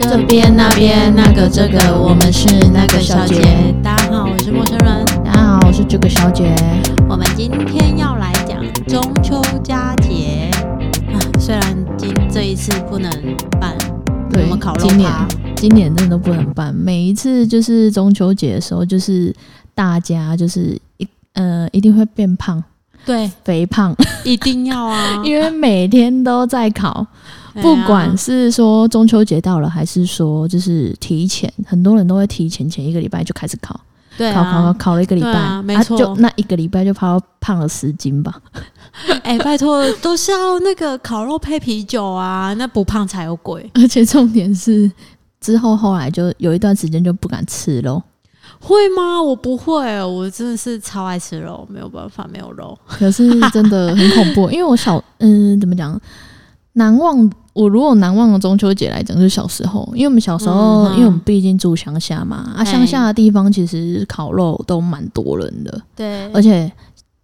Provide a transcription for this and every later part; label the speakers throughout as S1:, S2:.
S1: 这边那边那个这个，我们是那个小姐。大家好，我是陌生人。
S2: 大家好，我是这个小姐。
S1: 我们今天要来讲中秋佳节 啊，虽然今这一次不能办，
S2: 对，
S1: 我们烤肉
S2: 今年
S1: 趴
S2: 今年真的不能办。每一次就是中秋节的时候，就是大家就是一呃一定会变胖，
S1: 对，
S2: 肥胖，，
S1: 一定要啊
S2: 因为每天都在烤，
S1: 对啊
S2: 不管是说中秋节到了，还是说就是提前，很多人都会提前前一个礼拜就开始烤，
S1: 对
S2: 烤烤烤
S1: 啊，
S2: 烤了一个礼拜，
S1: 对啊没错
S2: 就那一个礼拜就胖胖了十斤吧。
S1: 哎、拜托，都是要那个烤肉配啤酒啊，那不胖才有鬼。
S2: 而且重点是，之后后来就有一段时间就不敢吃喽。
S1: 会吗？我不会，我真的是超爱吃肉，没有办法，没有肉。
S2: 可是真的很恐怖，因为 我小嗯怎么讲，难忘我如果难忘的中秋节来讲，就是小时候，因为我们小时候，
S1: 嗯
S2: 因为我们毕竟住乡下嘛，啊
S1: 哎
S2: 乡下的地方其实烤肉都蛮多人的，
S1: 对
S2: 而且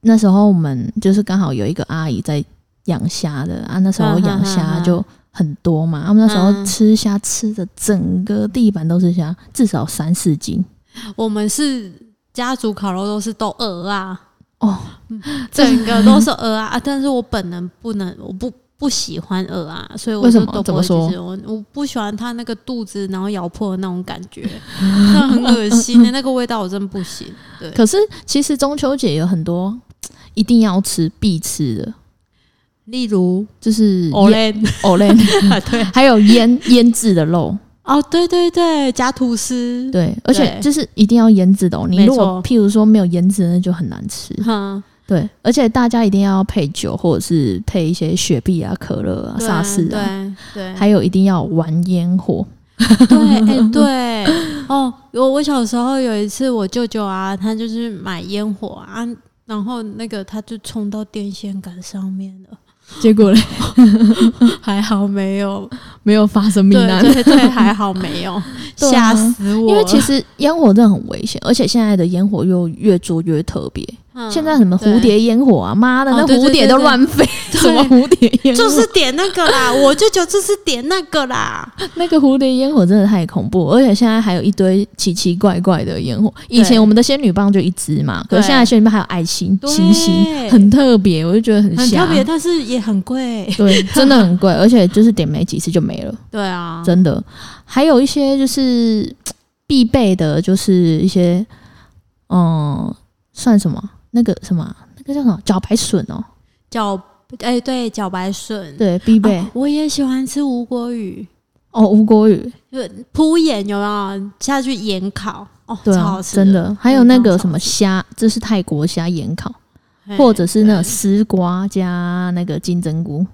S2: 那时候我们就是刚好有一个阿姨在养虾的啊，那时候养虾就很多嘛，啊我们那时候
S1: 嗯
S2: 吃虾吃的整个地板都是虾，至少三四斤。
S1: 我们是家族烤肉都是都鹅 啊，
S2: 哦，
S1: 整个都是鹅啊啊！但是我本人不能，我不不喜欢鹅啊，所以我
S2: 为什
S1: 就
S2: 么
S1: 都
S2: 怎
S1: 不
S2: 么
S1: 会
S2: 说
S1: 就是我我不喜欢它那个肚子然后咬破的那种感觉， 那很恶 心的、那个味道，我真的不行。对，
S2: 可是其实中秋节有很多一定要吃、必吃的，
S1: 例如
S2: 就是
S1: 藕
S2: 腌、
S1: 类，
S2: 藕 类，嗯
S1: 对，
S2: 还有腌腌制的肉。
S1: 哦，对对对，夹吐司，
S2: 对，而且
S1: 对
S2: 就是一定要腌制的、哦。你
S1: 没
S2: 如果
S1: 错
S2: 譬如说没有腌制的，那就很难吃。
S1: 哈，
S2: 对，而且大家一定要配酒，或者是配一些雪碧啊、可乐啊、
S1: 对
S2: 沙士啊，
S1: 对对，
S2: 还有一定要玩烟火。
S1: 对，哎、 对，哦，我我小时候有一次，我舅舅啊，他就是买烟火啊，然后那个他就冲到电线杆上面了，
S2: 结 果嘞，
S1: 还好没有，
S2: 没有发生命
S1: 对
S2: 案。
S1: 对对，还好没有，
S2: 对
S1: 吓、
S2: 啊
S1: 死我了！
S2: 因为其实 烟火真的很危险，而且现在的烟火又越做越特别。
S1: 嗯
S2: 现在什么蝴蝶烟火啊，妈的，
S1: 哦
S2: 那
S1: 对对
S2: 蝴蝶都乱飞，
S1: 对
S2: 什么蝴蝶烟火？
S1: 就是点那个啦，我舅舅就是点那个啦，
S2: 那个蝴蝶烟火真的太恐怖，而且现在还有一堆奇奇怪怪的烟火。以前我们的仙女棒就一支嘛，可
S1: 对
S2: 是现在仙女棒还有爱心
S1: 对
S2: 星星，很特别，我就觉得很
S1: 很
S2: 瞎
S1: 特别，。但是也很贵。
S2: 对，真的很贵，而且就是点没几次就 没了，
S1: 对啊，
S2: 真的。还有一些就是嘖必备的，就是一些嗯，算什么那个什么那个叫什么茭白笋哦，
S1: 脚哎、对，茭白笋，
S2: 对，必备
S1: 哦我也喜欢吃无锅鱼。
S2: 哦，吴国语
S1: 就铺盐有没有下去盐烤？哦，
S2: 对
S1: 超
S2: 啊
S1: 好，吃
S2: 真的，还有那个什么
S1: 超
S2: 虾，这是泰国虾盐烤，
S1: 嘿
S2: 或者是那个
S1: 嗯
S2: 丝瓜加那个金针菇，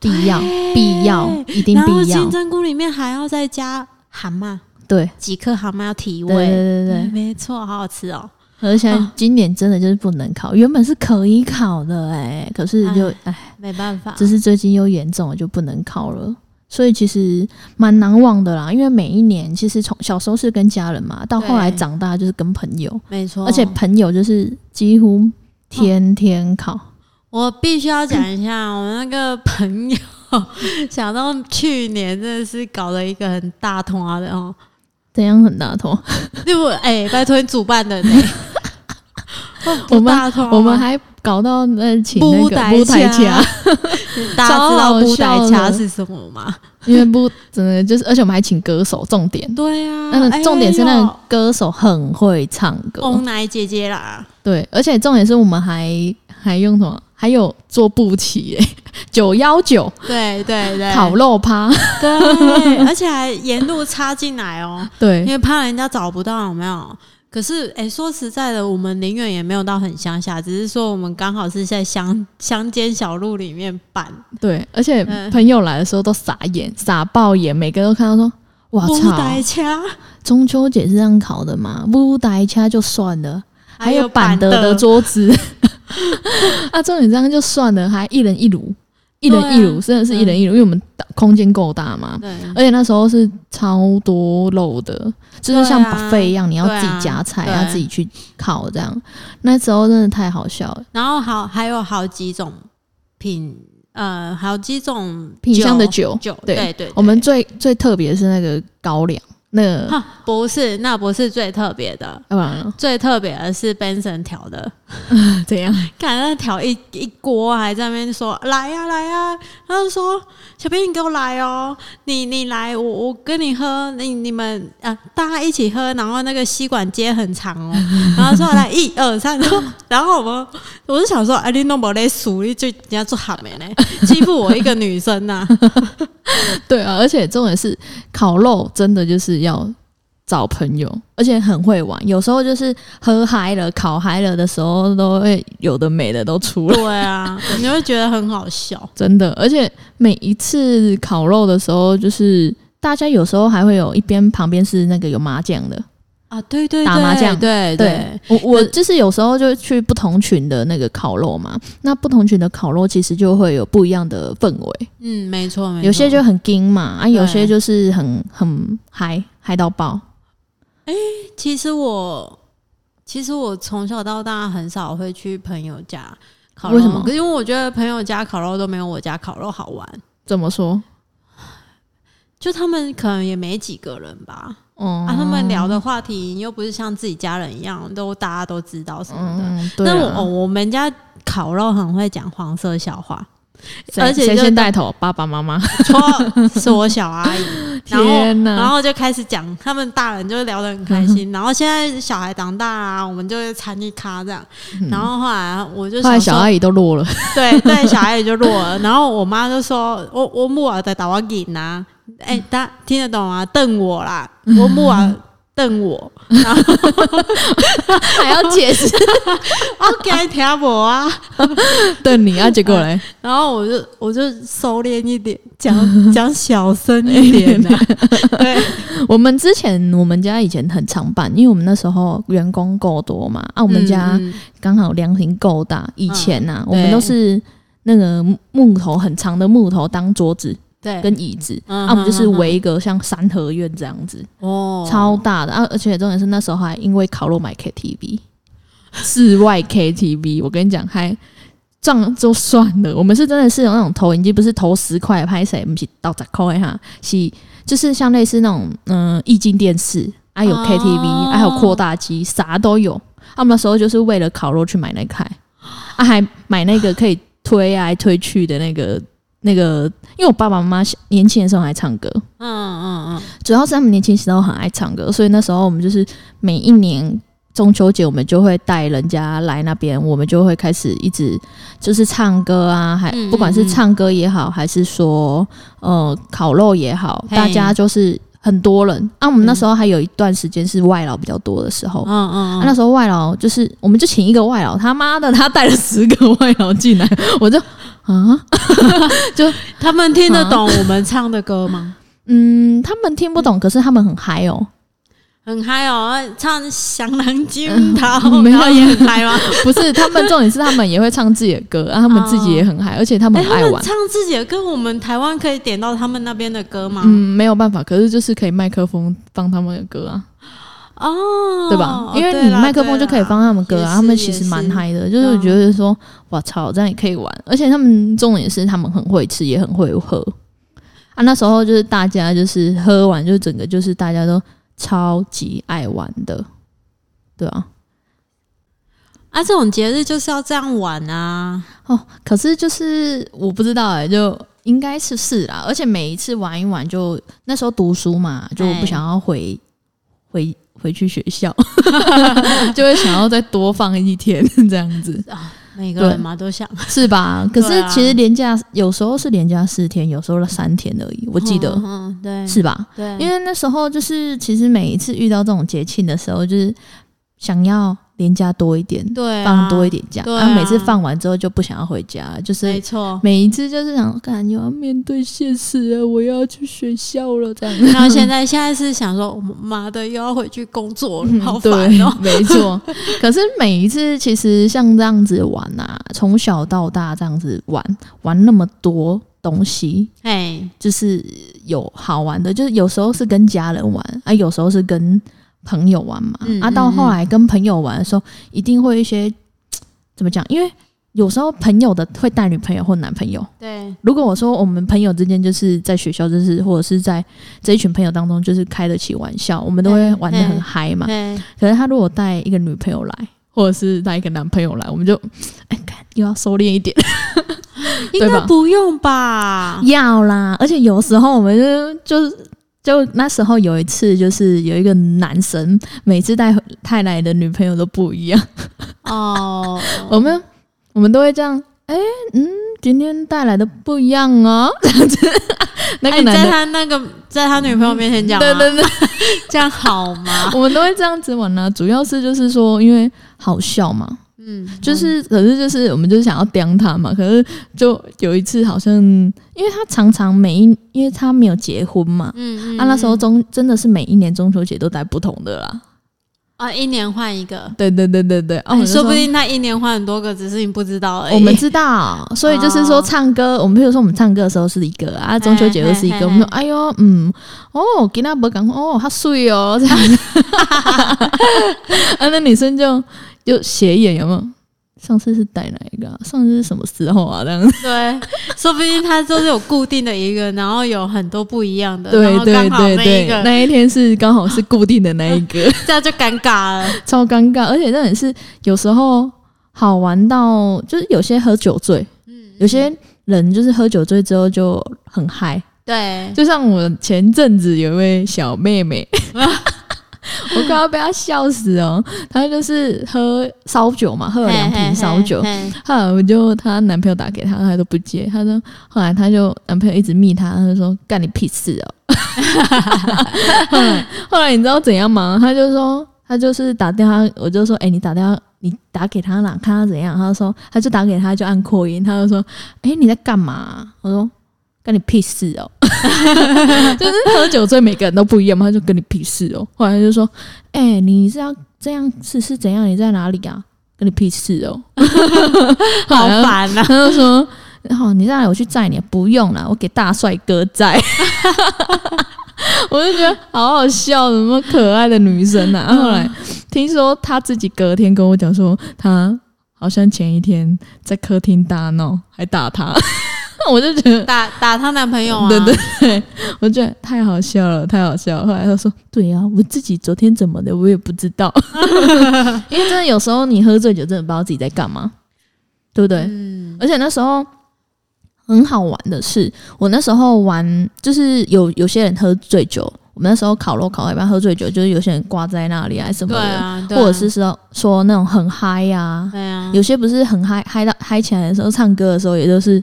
S2: 必要
S1: 哦对
S2: 必要一定
S1: 然后
S2: 必
S1: 金
S2: 要，
S1: 针菇里面还要再加蛤蟆，
S2: 对
S1: 几颗蛤蟆要提
S2: 对对
S1: 味。
S2: 对对。
S1: 没错，好好吃哦。
S2: 而且
S1: 啊
S2: 今年真的就是不能烤，原本是可以烤的哎、可是就哎，
S1: 没办法，
S2: 只是最近又严重了，就不能烤了。所以其实蛮难忘的啦，因为每一年其实从小时候是跟家人嘛，到后来
S1: 对哦
S2: 长大就是跟朋友，
S1: 没错。
S2: 而且朋友就是几乎天天烤。
S1: 我必须要讲一 下，我那个朋友 想到去年真的是搞了一个很大通啊的哦，
S2: 怎样很大头？
S1: 就我哎，拜托你主办的呢，哦
S2: 我们
S1: 不大通啊
S2: 我们还搞到呃请那
S1: 布
S2: 个
S1: 袋
S2: 布台
S1: 掐
S2: 掐，
S1: 大家知道布
S2: 超好
S1: 袋
S2: 笑
S1: 掐
S2: 的
S1: 是什么吗？
S2: 因为不真的就是，而且我们还请歌手，重点，
S1: 对啊，
S2: 嗯，
S1: 哎哦
S2: 重点是那
S1: 呦
S2: 个歌手很会唱歌，
S1: 翁奶姐姐啦，
S2: 对，而且重点是我们还还用什么？还有做布旗、欸， 九幺九
S1: 对对对，
S2: 烤 肉趴，
S1: 对，而且还沿路插进来哦，因
S2: 对，
S1: 为怕人家找不到，有没有？可是，哎、说实在的，我们宁远也没有到很乡下，只是说我们刚好是在乡乡间小路里面办。
S2: 对，而且
S1: 嗯
S2: 朋友来的时候都傻眼，傻爆眼，每个都看到说。哇
S1: 布
S2: 操！
S1: 袋掐，
S2: 中秋节是这样烤的嘛？布袋掐就算了，还有
S1: 板
S2: 板德的桌子， 啊，重点这样就算了，还一人一炉，一人一炉，
S1: 对啊
S2: 真的是一人一炉，因为我们大空间够大嘛，
S1: 对
S2: 而且那时候是超多肉的，就是像
S1: 对啊
S2: buffet 一样，你要
S1: 对啊
S2: 自己夹菜，
S1: 对
S2: 要自己去烤这样。那时候真的太好笑了，
S1: 然后好还有好几种品呃，还有几种
S2: 品相的酒
S1: 酒，
S2: 对
S1: 对对，
S2: 我们最最特别是那个高粱，那 个啊
S1: 对哈不是，那不是最特别的，
S2: 要不然呢
S1: 最特别的是 Benson 调的，
S2: 怎样？
S1: 看那调一一锅，啊还在那边说来呀、来呀、他就说小编你给我来哦，你你来，我我跟你喝，你你们啊、大家一起喝，然后那个吸管接很长 哦，然后说来一二三，然后然后我们我就想说，哎、你弄不勒数，你就人家做好没呢，欺负我一个女生啊 呐、
S2: 对啊，而且重点是烤肉真的就是要找朋友，而且很会玩。有时候就是喝嗨了、烤嗨了的时候，都会有的没的都出来，
S1: 对啊，你会觉得很好笑，
S2: 真的。而且每一次烤肉的时候，就是大家有时候还会有一边旁边是那个有麻将的，
S1: 啊，对对对，
S2: 打麻将
S1: 对对，
S2: 我我就是有时候就去不同群的那个烤肉嘛，那不同群的烤肉其实就会有不一样的氛围，
S1: 嗯，没错，没错
S2: 有些就很惊嘛，啊，有
S1: 对
S2: 些就是很很嗨嗨到爆，
S1: 其实我，其实我从小到大很少会去朋友家烤肉，
S2: 为什么
S1: 可是因为我觉得朋友家烤肉都没有我家烤肉好玩，
S2: 怎么说？
S1: 就他们可能也没几个人吧，
S2: 嗯
S1: 啊，他们聊的话题又不是像自己家人一样，都大家都知道什么的。
S2: 嗯，对、啊。
S1: 但我、哦、我们家烤肉很会讲黄色笑话，
S2: 谁
S1: 而且
S2: 谁
S1: 就
S2: 先带头？爸爸妈妈。
S1: 错，是我小阿 姨。然后
S2: 天哪
S1: 然后就开始讲，他们大人就聊得很开 心。然后现在小孩长大啊，我们就会参一咖这样。然后后来我就
S2: 嗯后
S1: 想
S2: 来小
S1: 说，
S2: 阿姨都落了，
S1: 对对，小孩也就弱了。然后我妈就说：“我我木耳在打我瘾啊，哎、
S2: 嗯
S1: 大家听得懂吗？瞪我啦，我木耳瞪 我，
S2: 还要解 释
S1: 我哦给你听我啊。”
S2: 瞪你啊！结果 嘞，
S1: 然后我就我就收敛一点， 讲讲小声一点啊。对，
S2: 我们之前我们家以前很常办，因为我们那时候员工够多嘛，啊，我们家
S1: 嗯嗯嗯
S2: 刚好量体够大。以前呐、啊，我们
S1: 对
S2: 都是那个木头很长的木头当桌子
S1: 对
S2: 跟椅子，
S1: 嗯
S2: 啊，我们就是
S1: 哼哼哼
S2: 围一个像三合院这样子，
S1: 哦
S2: 超大的啊！而且重点是那时候还因为烤肉买 KTV，室外 KTV，我跟 你讲还。这样就算了，我们是真的是有那种投影机，不是投十块拍谁，不是到十块哈，是就是像类似那种嗯、呃、液晶电视，还、有
S1: 哦
S2: KTV，还、有扩大机，啥都有。他们那时候就是为了烤肉去买那台，啊还买那个可以推来推去的那个那个，因为我爸爸妈妈小年轻的时候还唱歌，
S1: 嗯嗯嗯，
S2: 主要是他们年轻时候很爱唱歌，所以那时候我们就是每一年中秋节，我们就会带人家来那边，我们就会开始一直就是唱歌啊，还
S1: 嗯嗯
S2: 不管是唱歌也好，还是说呃烤肉也好，
S1: 嘿
S2: 大家就是很多人。啊，我们那时候还有一段时间是外劳比较多的时候。
S1: 嗯嗯
S2: 啊、那时候外劳就是，我们就请一个外劳，他妈的，他带了十个外劳进来，我就啊，
S1: 他们听得懂我们唱的歌吗？
S2: 嗯，他们听不懂，可是他们很嗨哦，
S1: 很嗨哦，唱《香囊金桃》
S2: 嗯没有
S1: 然后也很嗨 吗？
S2: 不是，他们重点是他们也会唱自己的歌，啊，他们自己也很嗨，而且他们
S1: 哎，
S2: 很
S1: 他
S2: 爱
S1: 们
S2: 玩。
S1: 唱自己的歌，我们台湾可以点到他们那边的歌吗？
S2: 嗯，没有办法，可是就是可以麦克风放他们的歌啊，
S1: 哦，
S2: 对吧？因为你麦克风就可以放他们歌
S1: 也
S2: 啊，
S1: 是
S2: 他们其实蛮嗨的，就是
S1: 啊
S2: 我觉得说，我操，这样也可以玩，而且他们重点是他们很会吃，也很会喝啊。那时候就是大家就是喝完，就整个就是大家都超级爱玩的，对啊。
S1: 啊，这种节日就是要这样玩啊。
S2: 哦，可是就是我不知道哎、就应该是是啦，而且每一次玩一玩就，那时候读书嘛，就不想要回
S1: 哎
S2: 回回去学校， 就会想要再多放一天 这样子，
S1: 啊每个人嘛都想，
S2: 是吧？可
S1: 对
S2: 是
S1: 啊
S2: 其实连假有时候是连假四天，有时候三天而已，我
S1: 我
S2: 记得、
S1: 嗯，嗯对，
S2: 是吧？
S1: 对，
S2: 因为那时候就是其实每一次遇到这种节庆的时候，就是想要连假多一点。
S1: 对啊
S2: 放多一，点假，
S1: 对啊
S2: 然后每次放完之后就不想要回家，就是
S1: 没错。
S2: 每一次就是想，感又要面对现实了，我又要去学校了，这样。
S1: 然后现在现在是想说，我妈的又要回去工作了， 好烦
S2: 嗯对
S1: 哦。，
S2: 没错。可是每一次其实像这样子玩啊，从小到大这样子玩，玩那么多东西，
S1: 哎，
S2: 就是有好玩的，就是有时候是跟家人玩啊，有时候是跟朋友玩嘛。
S1: 嗯
S2: 啊，
S1: 嗯
S2: 到后来跟朋友玩的时候，一定会一些怎么讲？因为有时候朋友的会带女朋友或男朋友。
S1: 对，
S2: 如果我说我们朋友之间就是在学校，就是或者是在这一群朋友当中，就是开得起玩笑，我们都会
S1: 嗯
S2: 玩得很
S1: 嗯
S2: 嗨嘛。
S1: 对，
S2: 可是他如果带一个女朋友来，或者是带一个男朋友来，我们就哎，看又要收敛 一点。
S1: 应该不用吧？
S2: 要啦，而且有时候我们就就就那时候有一次，就是有一个男生每次带带来的女朋友都不一样，
S1: 哦，
S2: 我们我们都会这样，哎、嗯，今天带来的不一样哦，这样子。那
S1: 哎
S2: 个
S1: 你
S2: 男
S1: 在
S2: 的，
S1: 他那个在他女朋友面前讲吗，啊
S2: 对对对，
S1: 这样好 吗？
S2: 我们都会这样子玩呢、主要是就是说，因为好笑嘛，
S1: 嗯，
S2: 就是，可是就是我们就是想要刁他嘛，可是就有一次好像，因为他常常每一，因为他没有结婚嘛，
S1: 嗯嗯，
S2: 啊那时候中真的是每一年中秋节都带不同的啦，
S1: 啊，一年换一个，
S2: 对对对对对，哦，
S1: 哎
S2: 我就
S1: 说不定他一年换很多个，只是你不知道而已。
S2: 我们知道，所以就是说
S1: 哦
S2: 唱歌，我们譬如说我们唱歌的时候是一个啊，中秋节又是一
S1: 嘿嘿
S2: 个，我们说
S1: 嘿
S2: 哎呦，嗯，哦，给他不讲哦，他睡哦，这样子，啊，那女生就就斜眼有没有？上次是带哪一个啊、上次是什么时候啊？这 样子。
S1: 对，说不定他都是有固定的一个，然后有很多不一样的，
S2: 对
S1: 然后
S2: 对
S1: 刚好
S2: 对
S1: 那一
S2: 对，
S1: 个，
S2: 那一天是刚好是固定的那一个，
S1: 这样就尴尬了。
S2: 超尴尬，而且那也是有时候好玩到，就是有些喝酒醉，
S1: 嗯，
S2: 有些人就是喝酒醉之后就很嗨，
S1: 对，
S2: 就像我前阵子有一位小 妹妹。我快要被她笑死哦！她就是喝烧酒嘛，喝了两瓶烧酒，
S1: 嘿嘿嘿
S2: 后来我就她男朋友打给她，她都不接。她说，后来她就男朋友一直密她，她就说干你屁事哦。后来后来你知道怎样吗？她就说，她就是打电话，我就说，哎、你打电话，你打给她啦，看她怎样。她就说，她就打给她，就按扩音，她就说，哎、你在干嘛啊、我说。干你屁事哦！就是喝酒醉，每个人都不一样嘛，他就跟你屁事哦。后来她就说：“哎、你是要这样是是怎样？你在哪里啊？跟你屁事哦！”
S1: 好烦呐、啊。
S2: 他就说：“好，你再来，我去载你。”不用了，我给大帅哥载。 我就觉得好好笑，什么可爱的女生啊！后来听说她自己隔天跟我讲说，她好像前一天在客厅大闹，还打他。 我就觉得，
S1: 打打她男朋友啊，
S2: 对对对，我觉得太好笑了，太好笑了。后来她说：“对啊，我自己昨天怎么的，我也不知道。”因为真的有时候你喝醉酒，真的不知道自己在干嘛，对不对？
S1: 嗯，
S2: 而且那时候很好玩的是，我那时候玩就是有有些人喝醉酒，我们那时候烤肉烤到一半喝醉酒，就是有些人挂在那里啊什么
S1: 对
S2: 的，
S1: 啊，对啊
S2: 或者是说说那种很嗨呀、
S1: 对啊，
S2: 有些不是很嗨嗨到嗨起来的时候，唱歌的时候也就是。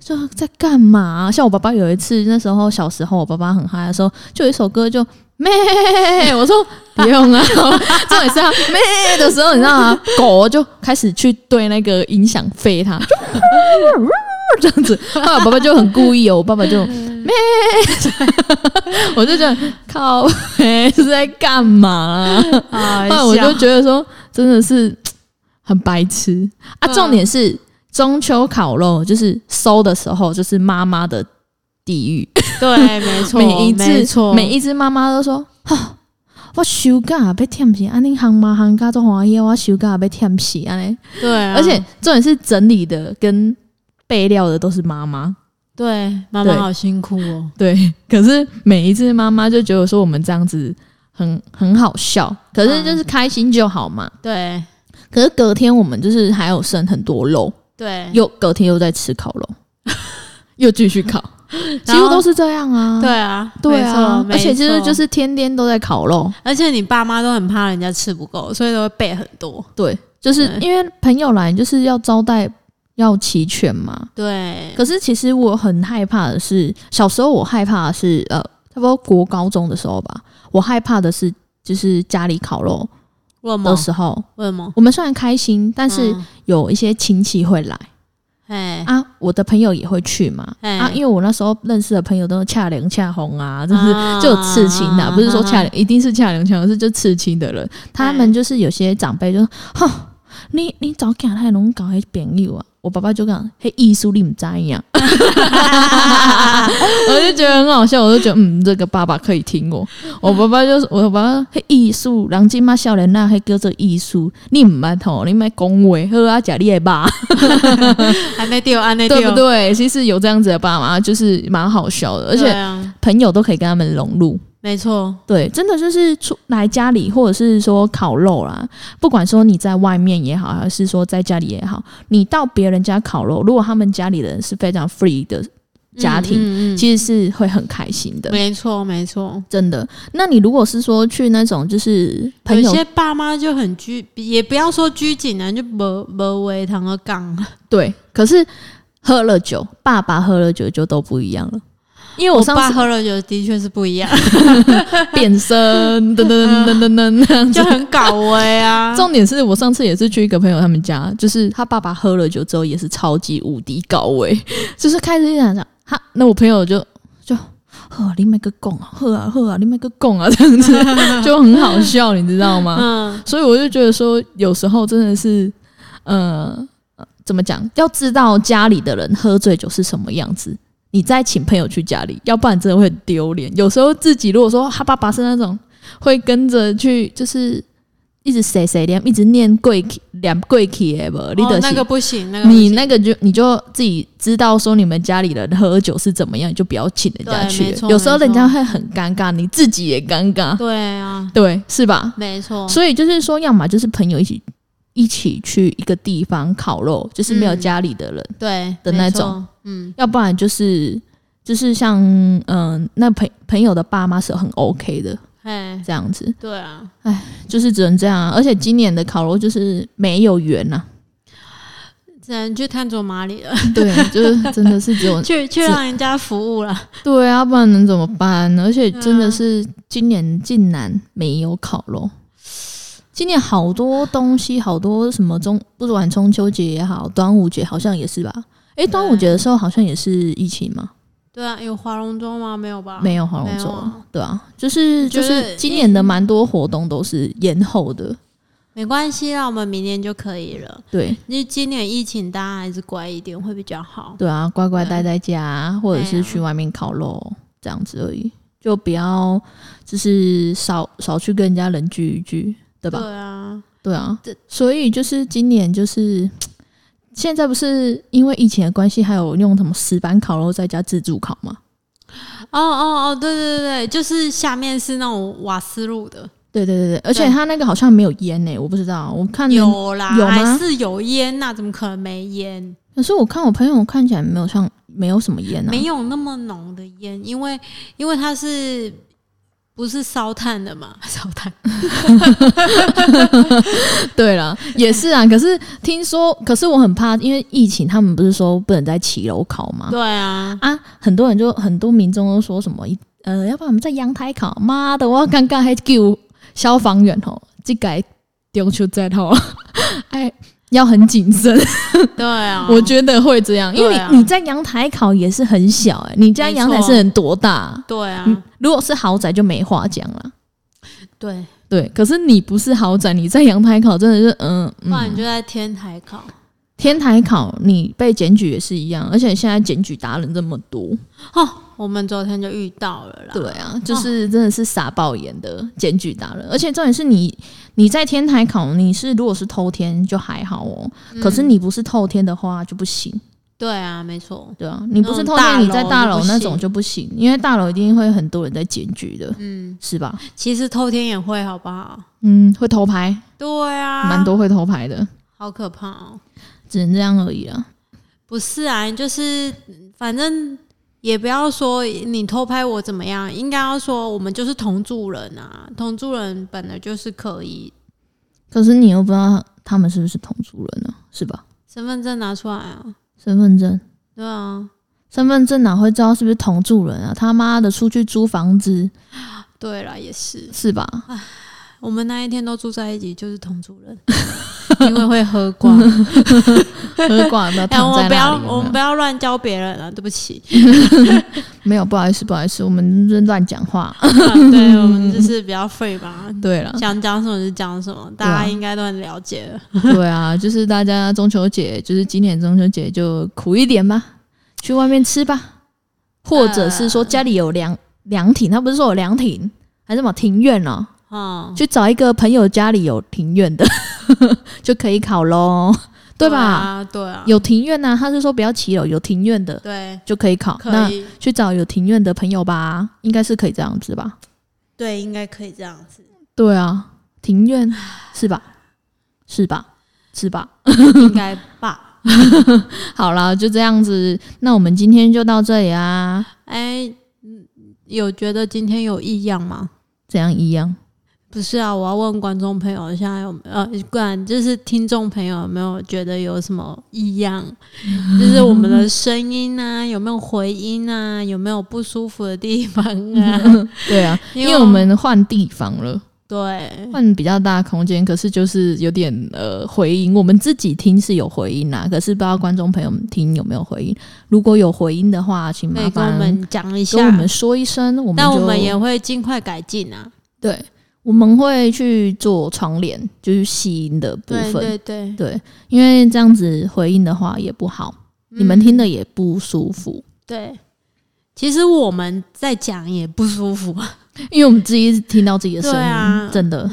S2: 就在干嘛啊、像我爸爸有一次，那时候小时候，我爸爸很嗨的时候，就有一首歌就咩， 我说不用啊， 重点是他咩的时候，你知道吗？狗就开始去对那个音响吠它， 这样子。后来我爸爸就很故意哦，我爸爸就咩， 我就觉得靠 北，是在干嘛啊、
S1: 好
S2: 后来我
S1: 笑
S2: 就觉得说，真的是很白痴啊！
S1: 嗯
S2: 重点是中秋烤肉，就是收的时候，就是妈妈的地狱。
S1: 对，没错，
S2: 每一
S1: 没
S2: 次，
S1: 错，
S2: 每一只妈妈都说：“哦，我休假被舔死，安尼行妈行家都欢喜，我休假被舔死安尼。
S1: 对啊，
S2: 而且重点是整理的跟备料的都是妈妈。
S1: 对妈妈
S2: 对
S1: 好辛苦哦，
S2: 对，可是每一次妈妈就觉得说我们这样子很很好笑，可是
S1: 嗯
S2: 就是开心就好嘛。
S1: 对
S2: 可是隔天我们就是还有剩很多肉，
S1: 对
S2: 又隔天又在吃烤肉， 又继 续烤，几
S1: 然后
S2: 乎都是这样啊。
S1: 对啊，
S2: 对啊，
S1: 没错
S2: 而且就是
S1: 没错
S2: 就是天天都在烤肉，
S1: 而且你爸妈都很怕人家吃不够，所以都会备很多。
S2: 对，就是
S1: 对
S2: 因为朋友来就是要招待要齐全嘛。
S1: 对，
S2: 可是其实我很害怕的是，小时候我害怕的是呃，差不多国高中的时候吧，我害怕的是就是家里烤肉
S1: 为什么
S2: 的？时候，
S1: 为什么？
S2: 我们虽然开心，但是
S1: 嗯，
S2: 有一些亲戚会来。
S1: 哎、
S2: 啊，我的朋友也会去嘛。
S1: 哎
S2: 啊，因为我那时候认识的朋友都是恰凉恰红啊，就是
S1: 啊
S2: 就有刺青的、
S1: 啊哎
S2: 不是说恰凉一定是恰凉恰红，是就刺青的人。他们就是有些长辈就说：“哼，你你早讲太拢搞些朋友啊。”我我爸爸就讲：“嘿，艺术你们 咋样？”我就觉得很好笑，我就觉得嗯，这个爸爸可以听我。我爸爸就是我爸爸说，嘿，艺术，人今嘛少年那还叫做艺术，你唔捌吼，你咪恭维，好啊，假你的爸，
S1: 还没丢，还没丢，
S2: 对不对？其实有这样子的爸妈，就是蛮好笑的，而
S1: 哦对
S2: 且
S1: 啊，
S2: 朋友都可以跟他们融入。
S1: 没错，
S2: 对，真的就是出来家里，或者是说烤肉啦，不管说你在外面也好，还是说在家里也好，你到别人家烤肉，如果他们家里人是非常 free 的，家庭
S1: 嗯嗯嗯
S2: 其实是会很开心的，
S1: 没错，没错。
S2: 真的。那你如果是说去那种就是朋
S1: 有
S2: 友
S1: 些爸妈就很拘，也不要说拘谨啊，就没没为堂而杠。
S2: 对，可是喝了酒，爸爸喝了酒就都不一样了，因为我
S1: 我
S2: 上
S1: 爸
S2: 次
S1: 喝了酒的确是不一 样，
S2: 变身，噔噔噔噔噔那样子
S1: 就。很搞味
S2: 欸
S1: 啊。
S2: 重点是我上次也是去一个朋友他们家，就是他爸爸喝了酒之后也是超级无敌高危， 就是开始想想，哈，那我朋友就就。呵，你买个供啊，呵啊呵啊，你买个供啊，这 样子就很好笑，你知道吗？
S1: 嗯，
S2: 所以我就觉得说，有时候真的是，呃，怎么讲？要知道家里的人喝醉酒是什么样子，你再请朋友去家里，要不然真的会很丢脸。有时候自己如果说他爸爸是那种会跟着去，就是一直谁谁念，一直念跪起念跪起的不，你
S1: 哦
S2: 的、
S1: 那个不行，那个不
S2: 你
S1: 行
S2: 那个就你就自己知道说你们家里人喝酒是怎么样，你就不要请人家
S1: 对
S2: 去
S1: 没
S2: 了。
S1: 错
S2: 有时候
S1: 没错
S2: 人家会很尴尬，你自己也尴尬，
S1: 对啊，
S2: 对，是吧？
S1: 没错，
S2: 所以就是说，要么就是朋友一起一起去一个地方烤肉，就是没有家里的人；
S1: 对
S2: 的
S1: 没
S2: 那
S1: 错
S2: 种，
S1: 嗯，
S2: 要不然就是就是像嗯、那朋朋友的爸妈是很 OK 的
S1: 哎，
S2: 这样子，
S1: 对啊，
S2: 就是只能这样、啊。而且今年的烤肉就是没有啊缘呐、
S1: 只能去探索马里了，
S2: 对，就是真嗯的是只有
S1: 去去让人家服务了。
S2: 对啊，不然能怎么办？而且真
S1: 啊
S2: 的是今年竟然没有烤肉。今年好多东西，好多什么中，不管中秋节也好，端午节好像也是吧？诶，
S1: 啊
S2: 端午节的时候好像也是疫情嘛，
S1: 对啊，有划龙舟吗？没有吧？
S2: 没有好像
S1: 没
S2: 走
S1: 有
S2: 了
S1: 啊，
S2: 对啊，就是就
S1: 觉得
S2: 是今年的蛮多活动都是延后的，
S1: 没关系啦，我们明年就可以了。
S2: 对
S1: 因为今年疫情，大家还是乖一点会比较好。
S2: 对啊，乖乖待在家，或者
S1: 对
S2: 是
S1: 啊
S2: 去外面烤肉这样子而已，就不要就是少少去跟人家人聚一聚，对吧？
S1: 啊，
S2: 对啊
S1: 这，
S2: 所以就是今年就是现在不是因为疫情的关系，还有用什么石板烤肉在家自助烤嘛？
S1: 哦哦哦，对对对，就是下面是那种瓦斯炉的，
S2: 对对对对，而且
S1: 对
S2: 它那个好像没有烟呢、我不知道，我看人，
S1: 有啦，
S2: 有吗
S1: 还是有烟呐、怎么可能没烟？
S2: 可是我看我朋友看起来没有像没有什么烟啊，
S1: 没有那么浓的烟，因为因为它是不是烧炭的嘛？烧炭，
S2: 对啦，也是啊。可是听说，可是我很怕，因为疫情，他们不是说不能在骑楼烤吗？
S1: 对 啊，
S2: 啊，很多人就很多民众都说什么，一呃，要不然我们在阳台烤，妈的，我刚刚还救消防员吼，这改丢出在吼， 哎，要很谨慎，
S1: 对啊，
S2: 我觉得会这样，因为
S1: 对啊
S2: 你在阳台烤也是很小、哎，你家
S1: 没
S2: 阳台
S1: 错
S2: 是能多大啊、
S1: 对啊，
S2: 嗯如果是豪宅就没话讲了。
S1: 对，
S2: 对，可是你不是豪宅，你在阳台烤真的是，嗯
S1: 不然你
S2: 嗯，
S1: 就在天台烤。
S2: 天台烤你被检举也是一样，而且现在检举达人这么多，
S1: 哦，我们昨天就遇到了啦。哦
S2: 对啊，就是真的是傻爆眼的检举达人，而且重点是你你在天台考，你是如果是偷天就还好哦，
S1: 嗯
S2: 可是你不是偷天的话就不行，
S1: 对啊，没错，
S2: 对啊，你不是偷
S1: 那
S2: 天，
S1: 种
S2: 你在大
S1: 嗯大楼就
S2: 楼
S1: 不行
S2: 那种就不行，因为大楼一定会很多人在检举的，
S1: 嗯，
S2: 是吧？
S1: 其实偷天也会，好不好？
S2: 嗯，会偷拍，
S1: 对啊，
S2: 蛮，多会偷拍的，
S1: 好可怕哦。
S2: 只能这样而已啊。
S1: 不是啊，就是嗯反正也不要说你偷拍我怎么样，应该要说我们就是同住人啊，同住人本来就是可以，
S2: 可是你又不知道他们是不是同族人呢、是吧？
S1: 身份证拿出来啊，
S2: 身份证。
S1: 对啊，
S2: 身份证哪会知道是不是同住人啊？他妈的，出去租房子
S1: 对啦，也是，
S2: 是吧？
S1: 我们那一天都住在一起，就是同住人，因为会喝 光。
S2: 喝挂 的
S1: 哎，
S2: 躺
S1: 我
S2: 在
S1: 们不
S2: 那
S1: 要，
S2: 里有没有，
S1: 我们不要乱教别人啊！对不 起，
S2: 没有，不好意思，不好意思，我们是乱讲 话。
S1: 啊对我们就是比较 free 吧，
S2: 对了，
S1: 想讲什么就讲什么，大
S2: 对
S1: 家
S2: 啊
S1: 应该都很了解了。
S2: 对啊，就是大家中秋节，就是今年中秋节就苦一点吧，去外面吃吧，或者是说家里有凉凉亭，他不是说有凉亭，还是什么庭院哦、
S1: 嗯，
S2: 去找一个朋友家里有庭院的 就可以烤喽，对吧？
S1: 啊？对啊，
S2: 有庭院呐、他是说不要骑楼，有庭院的
S1: 对，
S2: 就可以烤。
S1: 可
S2: 那
S1: 以，
S2: 去找有庭院的朋友吧，应该是可以这样子吧？
S1: 对，应该可以这样子。
S2: 对啊，庭院是吧？是吧？是吧？
S1: 应该吧？
S2: 好啦，就这样子，那我们今天就到这里啊。
S1: 哎、嗯有觉得今天有异样吗？
S2: 怎样一样？
S1: 不是啊，我要问观众朋友，现在有呃，不然就是听众朋友有没有觉得有什么异 样？就是我们的声音啊，有没有回音啊？有没有不舒服的地方啊？
S2: 对啊， 因
S1: 因为
S2: 为我们换地方了，
S1: 对，
S2: 换比较大的空间，可是就是有点呃回音。我们自己听是有回音啊啦，可是不知道观众朋友们听有没有回音。如果有回音的话，请
S1: 可
S2: 麻
S1: 以跟
S2: 烦
S1: 我们讲一
S2: 跟
S1: 下，
S2: 我们说一声，我们
S1: 但我
S2: 就
S1: 们也会尽快改进啊。
S2: 对，我们会去做窗帘，就是吸音的部
S1: 对
S2: 分。
S1: 对嗯对，
S2: 对，因为这样子回音的话也不好，你们
S1: 嗯
S2: 听的也不舒服。
S1: 对。其实我们在讲也不舒服，
S2: 因为我们自己听到自己的声音，
S1: 对啊
S2: 真的，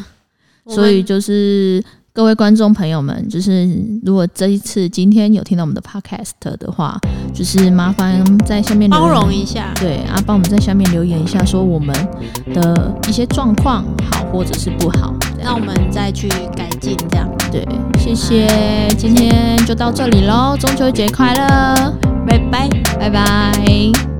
S1: 我们
S2: 所以就是各位观众朋友们，就是如果这一次今天有听到我们的 podcast 的话，就是麻烦在下面留言
S1: 包容一下。
S2: 对啊，帮我们在下面留言一下，说我们的一些状况好或者是不好。这
S1: 那
S2: 样
S1: 我们再去改进，这样。
S2: 对，谢谢，今天就到这里喽，中秋节快乐，
S1: 拜拜。
S2: 拜拜。